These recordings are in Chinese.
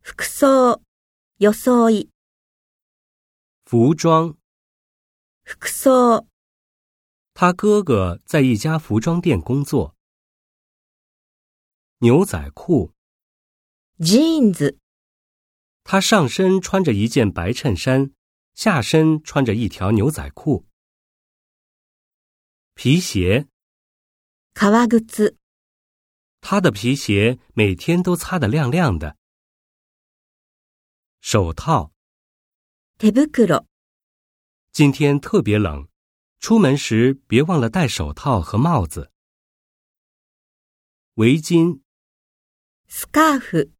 服装、装い、服装。服装、他哥哥在一家服装店工作。牛仔裤，ジーンズ、他上身穿着一件白衬衫，下身穿着一条牛仔裤。皮鞋，革靴、他的皮鞋每天都擦得亮亮的。手套，手袋、今天特别冷，出门时别忘了戴手套和帽子。围巾，スカーフ、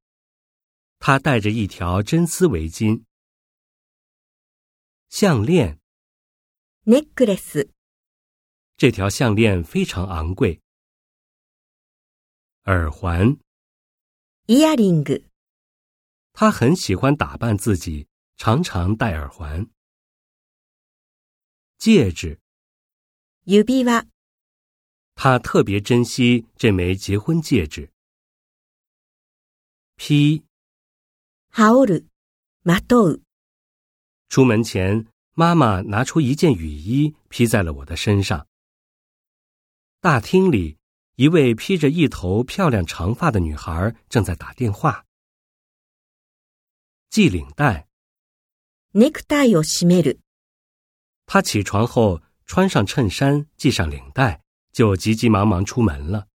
他戴着一条真丝围巾。项链，ネックレス、这条项链非常昂贵。耳环，イヤリング、他很喜欢打扮自己，常常戴耳环。戒指，指輪、他特别珍惜这枚结婚戒指。披，羽織る、まとう、出门前，妈妈拿出一件雨衣披在了我的身上。大厅里，一位披着一头漂亮长发的女孩正在打电话。系领带，ネクタイを締める、她起床后穿上衬衫，系上领带，就急急忙忙出门了。